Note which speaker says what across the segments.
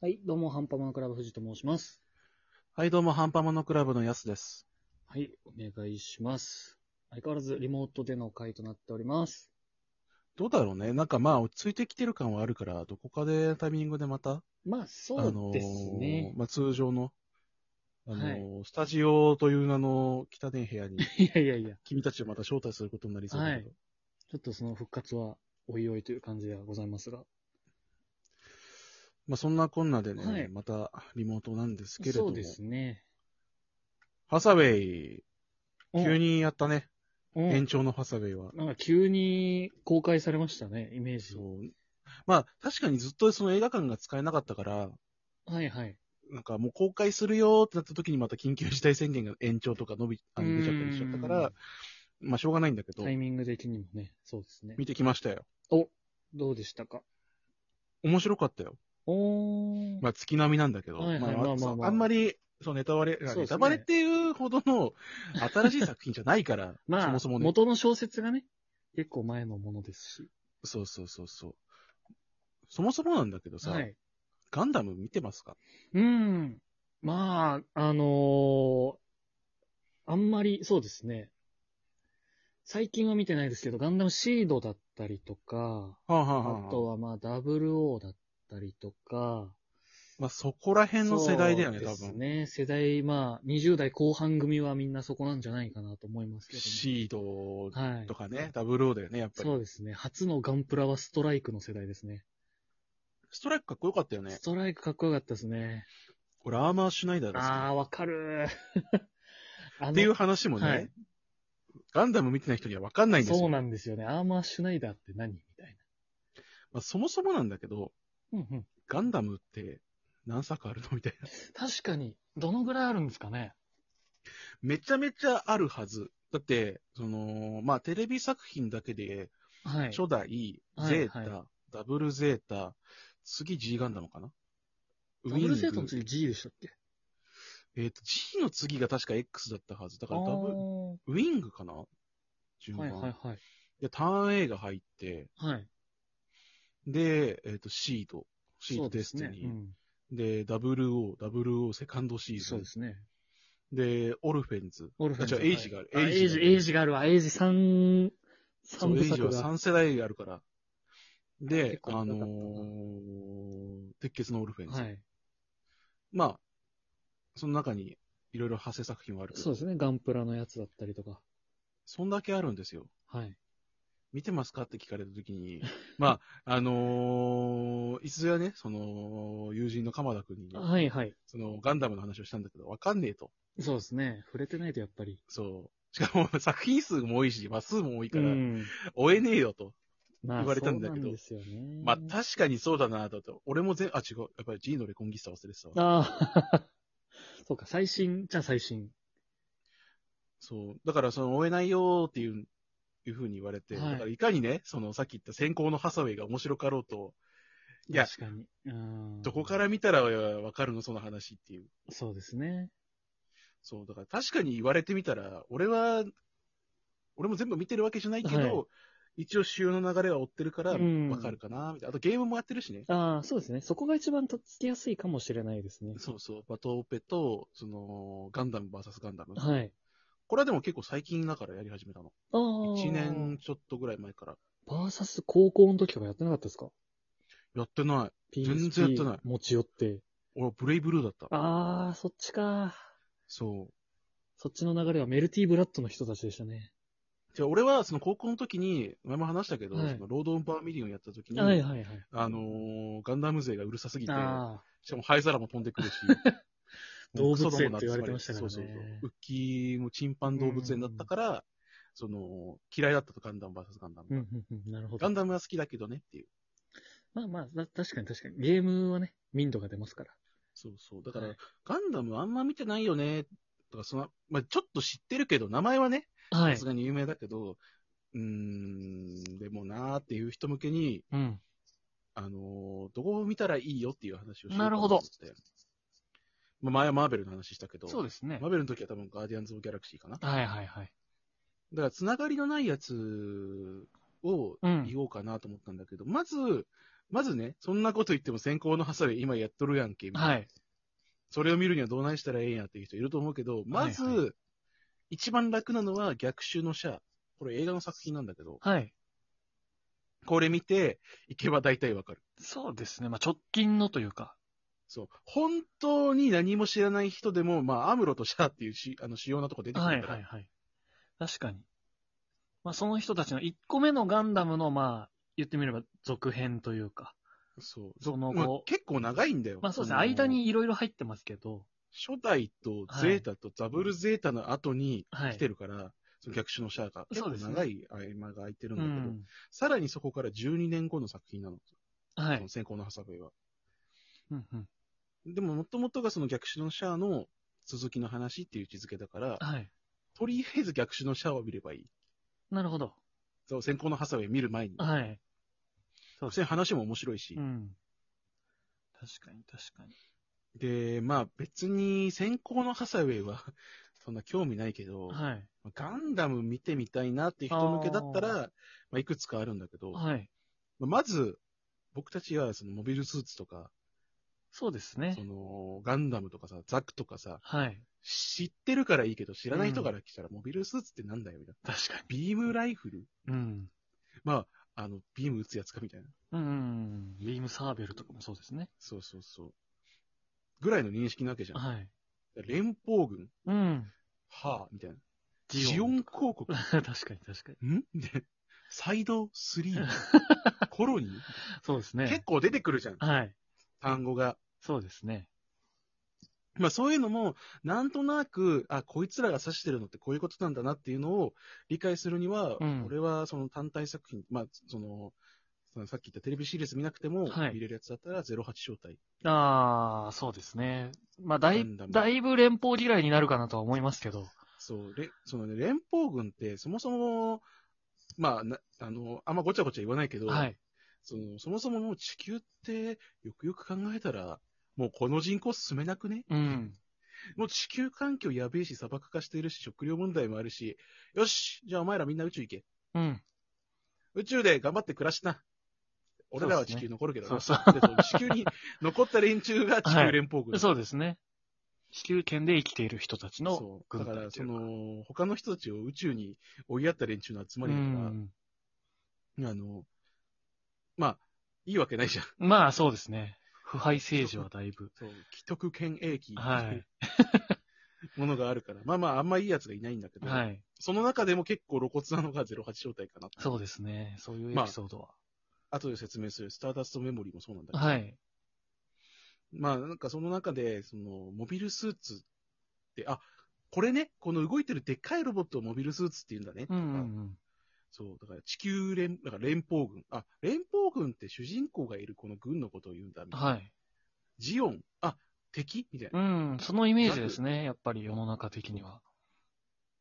Speaker 1: はい、どうも、ハンパモノクラブ藤と申します。
Speaker 2: はい、どうも、ハンパモノクラブのやすです。
Speaker 1: はい、お願いします。相変わらずリモートでの回となっております。
Speaker 2: どうだろうねなんかまあ、落ち着いてきてる感はあるから、どこかでタイミングでまた、
Speaker 1: まあ、そうですね
Speaker 2: あの。ーまあ、通常の、あのー
Speaker 1: はい
Speaker 2: スタジオという名の汚い部屋に、
Speaker 1: いやいやいや、
Speaker 2: 君たちをまた招待することになりそうだけど、
Speaker 1: ちょっとその復活はおいおいという感じではございますが。
Speaker 2: まあ、そんなこんなでね、
Speaker 1: はい
Speaker 2: またリモートなんですけれど
Speaker 1: そ
Speaker 2: も、
Speaker 1: うですね。
Speaker 2: ハサウェイ、急にやったね、
Speaker 1: お、お
Speaker 2: 延長のハサウェイは。
Speaker 1: なんか急に公開されましたね、イメージ
Speaker 2: そ
Speaker 1: を。
Speaker 2: うまあ、確かにずっとその映画館が使えなかったから、
Speaker 1: はいはい。
Speaker 2: なんかもう公開するよーってなった時にまた緊急事態宣言が延長とか伸び、あの出ちゃったりしちゃったか
Speaker 1: う
Speaker 2: ら
Speaker 1: ん、
Speaker 2: まあしょうがないんだけど
Speaker 1: タ、イミング的にもね、そうですね。
Speaker 2: 見てきましたよ。
Speaker 1: お、どうでしたか
Speaker 2: 面白かったよ。
Speaker 1: おー。
Speaker 2: まあ月並みなんだけど、
Speaker 1: はいはいまあまあまあ
Speaker 2: あんまり、そうネタバレ、
Speaker 1: うですね
Speaker 2: ネタバレっていうほどの新しい作品じゃないから、
Speaker 1: まあ、
Speaker 2: そもそもね。
Speaker 1: 元の小説がね、結構前のものですし。
Speaker 2: そうそうそうそう。そもそもなんだけどさ、
Speaker 1: はい。
Speaker 2: ガンダム見てますか
Speaker 1: うん。まあ、あのーあんまり、そうですね。最近は見てないですけど、ガンダムシードだったりとか、
Speaker 2: はあ、はあは
Speaker 1: あ
Speaker 2: あ、
Speaker 1: とはまあ、00だったりとか、
Speaker 2: まあそこら辺の世代だよね、
Speaker 1: そう
Speaker 2: 多
Speaker 1: です
Speaker 2: 分。
Speaker 1: ね。世代、まあ、20代後半組はみんなそこなんじゃないかなと思いますけども。
Speaker 2: シード
Speaker 1: はい
Speaker 2: と。かね、ダブルオーだよね、やっぱり
Speaker 1: そう。ですね。初のガンプラはストライクの世代ですね。
Speaker 2: ストライクかっこよかったよね
Speaker 1: ス。トライクかっこよかったですね。
Speaker 2: これアーマーシュナイダーです
Speaker 1: ああ、わかる ー。っ
Speaker 2: っていう話もね、
Speaker 1: はい
Speaker 2: ガンダム見てない人には分かんないんですよ。
Speaker 1: そうなんですよね。アーマー・シュナイダーって何みたい
Speaker 2: まあ、そもそもなんだけど、
Speaker 1: な。うんうん。
Speaker 2: ガンダムって何作あるのみたい な。
Speaker 1: 確かに、どのぐらいあるんですかね。
Speaker 2: めちゃめちゃあるはず。だって、その、まあ、テレビ作品だけで、
Speaker 1: はい。
Speaker 2: 初代、
Speaker 1: はい
Speaker 2: ゼータ、
Speaker 1: はい
Speaker 2: ダブルゼータ、次 G ガンダムかな
Speaker 1: ダブルゼータ
Speaker 2: ウィ
Speaker 1: の
Speaker 2: ング
Speaker 1: 次 G でしたっけ
Speaker 2: えっ、と、G の次が確か X だったはず。だからダブ、
Speaker 1: は
Speaker 2: ウィングかな順番、
Speaker 1: いはいはい。
Speaker 2: で、ターン A が入って、
Speaker 1: はい。
Speaker 2: で、えっ、と、シード、シー
Speaker 1: そ
Speaker 2: ド
Speaker 1: う
Speaker 2: デ
Speaker 1: で
Speaker 2: ス
Speaker 1: す
Speaker 2: ティ
Speaker 1: ね。
Speaker 2: ニー、
Speaker 1: うん
Speaker 2: で、WO、WO セカンドシーズ
Speaker 1: そう
Speaker 2: ン
Speaker 1: で。すね。
Speaker 2: でオルフェンズ。
Speaker 1: オルフェンズ
Speaker 2: あ違うエイジがある
Speaker 1: はいあエ
Speaker 2: エ
Speaker 1: イ
Speaker 2: イ
Speaker 1: ジ、
Speaker 2: ジ
Speaker 1: エイジがあるわ。エイジ3、
Speaker 2: そ
Speaker 1: 三
Speaker 2: う、
Speaker 1: 部
Speaker 2: エイジ
Speaker 1: 作
Speaker 2: は
Speaker 1: が。
Speaker 2: 3世代あるから。
Speaker 1: 結
Speaker 2: で、
Speaker 1: 構
Speaker 2: あ
Speaker 1: 長か
Speaker 2: の
Speaker 1: ったな
Speaker 2: ー鉄血のオルフェンズ。
Speaker 1: はい。
Speaker 2: まあ、その中にいろいろ派生作品はあるけ
Speaker 1: そうで
Speaker 2: ど、
Speaker 1: すね。ガンプラのやつだったりとか。
Speaker 2: そんだけあるんですよ。
Speaker 1: はい。
Speaker 2: 見てますかって聞かれたときに、 まあ、あのー、いつぞやね、その、友人の鎌田君に、
Speaker 1: はいはい。
Speaker 2: その、ガンダムの話をしたんだけど、わかんねえと。
Speaker 1: そうですね。触れてないとやっぱり。
Speaker 2: そう。しかも、 作品数も多いし、話数も多いか
Speaker 1: う
Speaker 2: ら、
Speaker 1: ん。
Speaker 2: 追えねえよと。
Speaker 1: まあ、
Speaker 2: 言われたんだけ
Speaker 1: そう
Speaker 2: ど
Speaker 1: なんですよね。
Speaker 2: まあ、確かにそうだなとと。俺も全、あ、違う。やっぱり G のレコンギスタ忘れてたわ。
Speaker 1: ああ、 そうか、最新じゃ最新。
Speaker 2: そう。だから、その、追えないよーっていう、いうふうに言われて、
Speaker 1: はい
Speaker 2: だから、いかにね、その、さっき言った先行のハサウェイが面白かろうと、いや
Speaker 1: 確かに。うん
Speaker 2: どこから見たらわかるの、その話っていう。
Speaker 1: そうですね。
Speaker 2: そう。だから、確かに言われてみたら、俺は、俺も全部見てるわけじゃないけど、
Speaker 1: はい
Speaker 2: 一応、主要の流れは追ってるから、わ
Speaker 1: うん
Speaker 2: かるかな、みたいな。あと、ゲームもやってるしね。
Speaker 1: ああ、そうですね。そこが一番とっつきやすいかもしれないですね。
Speaker 2: そうそう。バトオペと、その、ガンダム VS ガンダム。
Speaker 1: はい。
Speaker 2: これはでも結構最近だからやり始めたの。
Speaker 1: ああ。
Speaker 2: 1年。ちょっとぐらい前から。
Speaker 1: バーサス高校の時とかやってなかったですか
Speaker 2: やってない。全然やってない
Speaker 1: PSP 持ち寄って。
Speaker 2: 俺、ブレイブルーだった。
Speaker 1: ああ、そっちか。
Speaker 2: そう。
Speaker 1: そっちの流れはメルティーブラッドの人たちでしたね。
Speaker 2: じゃあ、俺は、その高校の時に、前も話したけど、
Speaker 1: はい
Speaker 2: そのロード・オン・パー・ミリオンやった時に、
Speaker 1: はいはいはい。
Speaker 2: あのーガンダム勢がうるさすぎて、し
Speaker 1: ああ、
Speaker 2: かも灰皿も飛んでくるし、
Speaker 1: 動
Speaker 2: もう
Speaker 1: 物
Speaker 2: クソど
Speaker 1: 園
Speaker 2: も
Speaker 1: っ
Speaker 2: な
Speaker 1: て言われてましたからね。
Speaker 2: そうそうそう。ウッキーもチンパン動物園だったから、その、嫌いだったとガンダム VS ガンダム、
Speaker 1: うんうんうん、なるほ
Speaker 2: ガ
Speaker 1: ど
Speaker 2: ン。ダムは好きだけどねっていう。
Speaker 1: まあまあ、な確かに確かに。ゲームはね、民度が出ますから。
Speaker 2: そうそう。だから、
Speaker 1: はい
Speaker 2: ガンダムあんま見てないよね、とか、その、まあ、ちょっと知ってるけど、名前はね、
Speaker 1: は
Speaker 2: さすがに有名だけど、うーん、でもなーっていう人向けに、
Speaker 1: うん。
Speaker 2: あのーどこを見たらいいよっていう話をしようか
Speaker 1: なるほど
Speaker 2: と思って。まあ、前はマーベルの話したけど、
Speaker 1: そうですね
Speaker 2: マ。ーベルの時は多分ガーディアンズ・オブ・ギャラクシーかな。だ
Speaker 1: はいはいはい。
Speaker 2: から、つながりのないやつを
Speaker 1: うん
Speaker 2: 言おうかなと思ったんだけど、まず、まずね、そんなこと言っても先行のハサウェイ今やっとるやんけ、みたいな
Speaker 1: はい。
Speaker 2: それを見るにはどうないしたらええんやっていう人いると思うけど、まず、
Speaker 1: はいは
Speaker 2: 一番楽なのは逆襲のシャア。これ映画の作品なんだけど、
Speaker 1: はい。
Speaker 2: これ見て、いけば大体わかる。
Speaker 1: そうですね。まあ、直近のというか。
Speaker 2: そう。本当に何も知らない人でも、まあ、アムロとシャアっていうし、あの、主要なとこ出てくるか
Speaker 1: は
Speaker 2: ら、
Speaker 1: いはいはい。確かに。まあ、その人たちの1個目のガンダムの、まあ、言ってみれば続編というか。
Speaker 2: そう。
Speaker 1: その後
Speaker 2: まあ結構長いんだよ。
Speaker 1: まあそうですね。
Speaker 2: の
Speaker 1: 間。にいろいろ入ってますけど。
Speaker 2: 初代とゼータとダブルゼータの後に
Speaker 1: は
Speaker 2: 来
Speaker 1: い。
Speaker 2: てるから、その逆襲のシャアが。結
Speaker 1: そう
Speaker 2: 構
Speaker 1: ですね
Speaker 2: 長い合間が空いてるん
Speaker 1: う
Speaker 2: だけど、
Speaker 1: ん。
Speaker 2: さらにそこから12年後の作品なの。
Speaker 1: は
Speaker 2: そ
Speaker 1: い
Speaker 2: の。先行のハサウェイは。
Speaker 1: うんうん。
Speaker 2: でも、もともとがその逆襲のシャアの続きの話っていう位置づけだから、
Speaker 1: はい。
Speaker 2: とりあえず逆襲のシャアを見ればいい。
Speaker 1: なるほど。
Speaker 2: そう、先行のハサウェイ見る前に。
Speaker 1: はい。そう
Speaker 2: 普
Speaker 1: です
Speaker 2: 通に
Speaker 1: ね。
Speaker 2: 話も面白いし。
Speaker 1: うん。確かに確かに。
Speaker 2: で、まあ別に先行のハサウェイは、 そんな興味ないけど、
Speaker 1: はい。
Speaker 2: ガンダム見てみたいなっていう人向けだったら、
Speaker 1: あー
Speaker 2: まあいくつかあるんだけど、ま
Speaker 1: はい。
Speaker 2: あまず、僕たちはそのモビルスーツとか、
Speaker 1: そうです
Speaker 2: そ
Speaker 1: ね。
Speaker 2: のガンダムとかさ、ザクとかさ、
Speaker 1: はい。
Speaker 2: 知ってるからいいけど知らない人から来たら、モビルスーツってなんだよみたいな。
Speaker 1: 確か
Speaker 2: ビームライフル
Speaker 1: に。うん。
Speaker 2: まあ、あの、ビーム撃つやつかみたいな。
Speaker 1: うんうん。ビームサーベルとかもそうですね。
Speaker 2: そうそうそう。ぐらいの認識なわけじゃん。
Speaker 1: はい。
Speaker 2: 連邦軍
Speaker 1: うん。
Speaker 2: はあ、みたいな。
Speaker 1: ジ
Speaker 2: ジオ
Speaker 1: オン。
Speaker 2: ン広告
Speaker 1: 確かに確かに。
Speaker 2: んで、サイド3、コロニー
Speaker 1: そうですね
Speaker 2: 結。構出てくるじゃん、
Speaker 1: はい。
Speaker 2: 単語が。
Speaker 1: そうですね。
Speaker 2: まあそういうのも、なんとなく、あ、こいつらが指してるのってこういうことなんだなっていうのを理解するには、
Speaker 1: うん
Speaker 2: 俺はその単体作品、まあその、そのさっき言ったテレビシリーズ見なくても
Speaker 1: はい
Speaker 2: 見れるやつだったら08招待。
Speaker 1: ああ、そうですね。まあ、だ
Speaker 2: ガ
Speaker 1: い
Speaker 2: ンダ、ム
Speaker 1: だいぶ連邦嫌いになるかなとは思いますけど。
Speaker 2: そう、れそのね、連邦軍ってそもそも、まあ、なあの、あんまごちゃごちゃ言わないけど、
Speaker 1: はい。
Speaker 2: そのそもそももう地球って、よくよく考えたら、もうこの人口進めなくね
Speaker 1: うん。
Speaker 2: もう地球環境やべえし、砂漠化しているし、食料問題もあるし、よしじゃあお前らみんな宇宙行け。
Speaker 1: うん。
Speaker 2: 宇宙で頑張って暮らしな。俺らは
Speaker 1: そうっす
Speaker 2: 地
Speaker 1: ね
Speaker 2: 球残るけど
Speaker 1: そ
Speaker 2: な
Speaker 1: うそう。
Speaker 2: でその地 球に残った連中が地
Speaker 1: はい
Speaker 2: 球連邦軍。
Speaker 1: そうですね。地球圏で生きている人たちの
Speaker 2: そう
Speaker 1: 軍
Speaker 2: だか
Speaker 1: 隊
Speaker 2: ら、
Speaker 1: とい
Speaker 2: そう
Speaker 1: か。
Speaker 2: の、他の人たちを宇宙に追いやった連中の集まり
Speaker 1: う
Speaker 2: だか
Speaker 1: ん。
Speaker 2: ら、あの、まあ、いいわけないじゃん。
Speaker 1: まあ、そうですね。腐敗政治はだいぶ。
Speaker 2: そう、既得権益っていう
Speaker 1: はい
Speaker 2: ものがあるから。まあまあ、あんまいいやつがいないんだけど、
Speaker 1: はい。
Speaker 2: その中でも結構露骨なのが08正体かな。
Speaker 1: そうですね。そういうエピソードは。
Speaker 2: 後で説明するスターダストメモリーもそうなんだけど、
Speaker 1: はい。
Speaker 2: まあなんかその中で、その、モビルスーツって、あ、これね、この動いてるでっかいロボットをモビルスーツって言うんだね。
Speaker 1: うんうんう
Speaker 2: とか
Speaker 1: ん。
Speaker 2: そう、だから地球連、だから連邦軍。あ、連邦軍って主人公がいるこの軍のことを言うんだ。みたいな
Speaker 1: はい。
Speaker 2: ジオン、あ、敵みたいな。
Speaker 1: うん。そのイメージですね。やっぱり世の中的には。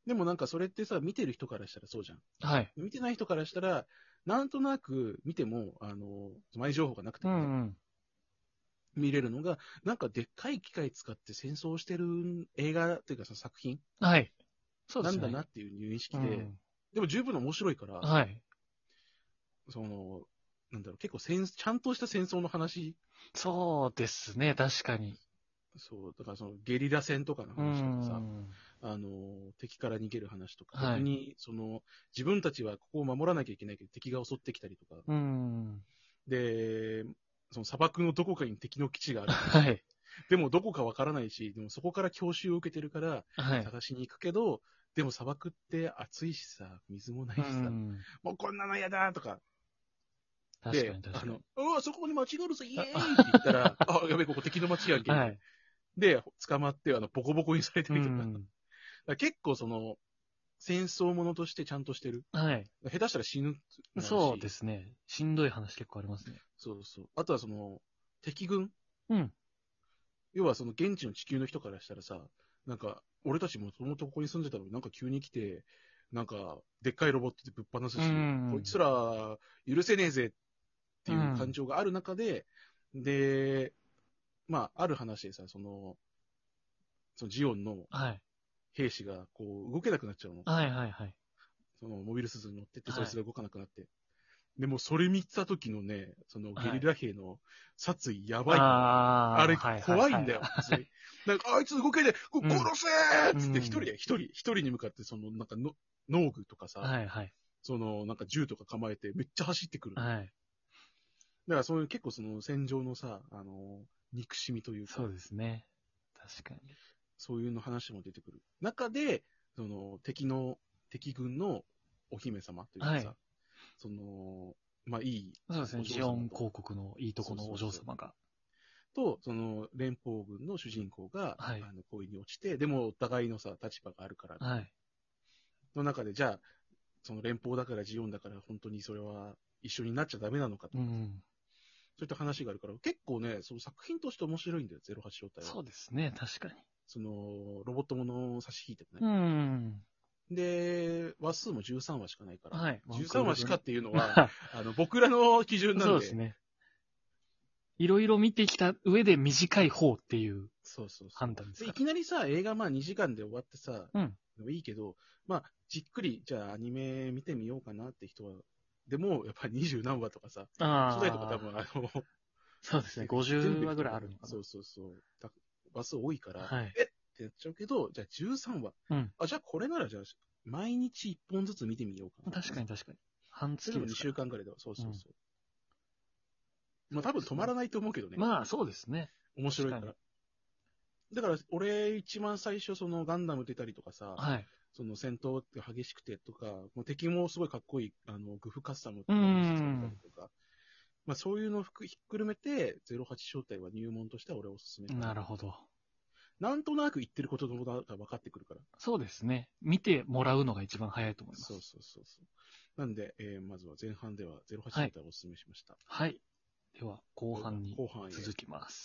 Speaker 2: でもなんかそれってさ、見てる人からしたらそうじゃん。
Speaker 1: はい。
Speaker 2: 見てない人からしたら、なんとなく見ても、あの、前情報がなくて
Speaker 1: う
Speaker 2: もね、
Speaker 1: んうん。
Speaker 2: 見れるのが、なんかでっかい機械使って戦争してる映画っていうかさ、作品
Speaker 1: はい。そうで
Speaker 2: な
Speaker 1: す
Speaker 2: ん
Speaker 1: ね。
Speaker 2: だなっていう認識
Speaker 1: う
Speaker 2: で、
Speaker 1: ん。
Speaker 2: でも十分面白いから、
Speaker 1: はい。
Speaker 2: その、なんだろう、結構戦、ちゃんとした戦争の話、
Speaker 1: そうですね。確かに。
Speaker 2: そう、だからそのゲリラ戦とかの
Speaker 1: う
Speaker 2: 話とかさ、
Speaker 1: ん。
Speaker 2: あの、敵から逃げる話とか、
Speaker 1: はい
Speaker 2: 逆に、その、自分たちはここを守らなきゃいけないけど、敵が襲ってきたりとか、
Speaker 1: うん。
Speaker 2: で、その砂漠のどこかに敵の基地 がある。
Speaker 1: はい。
Speaker 2: でもどこかわからないし、でもそこから教習を受けてるから、
Speaker 1: はい。
Speaker 2: 探しに行くけど、でも砂漠って暑いしさ、水もないし
Speaker 1: う
Speaker 2: さ、
Speaker 1: ん。
Speaker 2: もうこんなの嫌だとか。
Speaker 1: 確
Speaker 2: で
Speaker 1: かに、確
Speaker 2: あ
Speaker 1: かに
Speaker 2: の、うわ、そこに街があるぜ、イエーイって言っ たら、あ、やべえ、ここ敵の街やんけ。
Speaker 1: はい。
Speaker 2: で、捕まって、あの、ボコボコにされて
Speaker 1: う
Speaker 2: るとか。だか
Speaker 1: ん。
Speaker 2: ら結構その、戦争ものとしてちゃんとしてる。
Speaker 1: はい。
Speaker 2: 下手したら死ぬ。。
Speaker 1: そうですすね。しんどい話結構ありますね。
Speaker 2: そうそう。あとはその、敵軍
Speaker 1: うん。
Speaker 2: 要はその現地の地球の人からしたらさ、なんか、俺たちもともとここに住んでたのになんか急に来て、なんか、でっかいロボットでぶっ放すし、
Speaker 1: うん
Speaker 2: こいつら許せねえぜっていう感情がある中で、で、まあ、ある話でさ、その、そのジオンの
Speaker 1: はい。
Speaker 2: 兵士がこう動けなくなっちゃうの。
Speaker 1: はいはいはい。
Speaker 2: そのモビルスーツに乗ってって、
Speaker 1: はい
Speaker 2: そいつが動かなくなって。でもそれ見た時のね、そのゲリラ兵の殺意やばい。
Speaker 1: あー
Speaker 2: あれ
Speaker 1: ははは
Speaker 2: 怖いんだよ。 普通になんかあいつ動けで、こ
Speaker 1: うん
Speaker 2: 殺せーっつって一人で、一人、一人に向かってそのなんかの農具とかさ、
Speaker 1: はいはい。
Speaker 2: そのなんか銃とか構えてめっちゃ走ってくる。だか
Speaker 1: はい。
Speaker 2: らそういう結構その戦場のさ、あの、憎しみというか
Speaker 1: そう、ですね。確かに。
Speaker 2: そういうの話も出てくる。中で、その敵の、敵軍のお姫様というかさ、
Speaker 1: はい
Speaker 2: その、まあいい、
Speaker 1: そうですね。
Speaker 2: お嬢
Speaker 1: ジ
Speaker 2: 様
Speaker 1: オン広告のいいとこのお嬢様が。
Speaker 2: と、その連邦軍の主人公が、
Speaker 1: はい
Speaker 2: あの恋に落ちて、でもお互いのさ、立場があるから、
Speaker 1: はい。
Speaker 2: の中で、じゃあ、その連邦だからジオンだから本当にそれは一緒になっちゃダメなのかと
Speaker 1: う
Speaker 2: か、
Speaker 1: ん。
Speaker 2: そういった話があるから、結構ね、その作品として面白いんだよ、08正体は。
Speaker 1: そうですね。確かに。
Speaker 2: その、ロボットものを差し引いて
Speaker 1: う
Speaker 2: もね。
Speaker 1: ん。
Speaker 2: で、話数も13話しかないから、
Speaker 1: はい。
Speaker 2: 13話しかっていう のは、
Speaker 1: まあ
Speaker 2: あの、僕らの基準なんで。
Speaker 1: そうですね。いろいろ見てきた上で短い方っていう
Speaker 2: そうそうそう
Speaker 1: 判断です
Speaker 2: でい
Speaker 1: か
Speaker 2: きなりさ、映画まあ2時間で終わってさ、
Speaker 1: ら。うん。
Speaker 2: でもいいけど、まあ、じっくり、じゃあアニメ見てみようかなって人は、でも、やっぱり二十何話とかさ、
Speaker 1: あ
Speaker 2: 初代とか多分、あの、
Speaker 1: そうですね。
Speaker 2: 全
Speaker 1: 50
Speaker 2: 部
Speaker 1: 話ぐらいあるのか
Speaker 2: そうそうそう。だ話数多いから、
Speaker 1: な。
Speaker 2: っ
Speaker 1: はい。
Speaker 2: てやっちゃうけど、じゃあ13話。
Speaker 1: うん
Speaker 2: あ、じゃあこれなら、じゃあ、毎日1本ずつ見てみようかな。
Speaker 1: 確かに確かに。半月
Speaker 2: それで
Speaker 1: で
Speaker 2: も2
Speaker 1: すか
Speaker 2: 週間ぐらいで、そうそうそう。まあ多分止まらないと思うけどね。
Speaker 1: ら。まあ、そうですね。
Speaker 2: 面白いか
Speaker 1: 確
Speaker 2: ら。だから、俺、一番最初、その、ガンダム出たりとかさ、
Speaker 1: はい。
Speaker 2: その戦闘が激しくてとか、もう敵もすごいかっこいい、あの、グフカスタムとか
Speaker 1: うん
Speaker 2: とか、まあそういうのをひっくるめて、08招待は入門としては俺はおすすめか
Speaker 1: なるほど。
Speaker 2: なんとなく言ってることのことが分かってくるから。
Speaker 1: そうですね。見てもらうのが一番早いと思います
Speaker 2: そう。そうそうそう。なんで、えーまずは前半では08招待をおすすめしました。
Speaker 1: はい。では、後半に
Speaker 2: 後半へ。
Speaker 1: 続きます。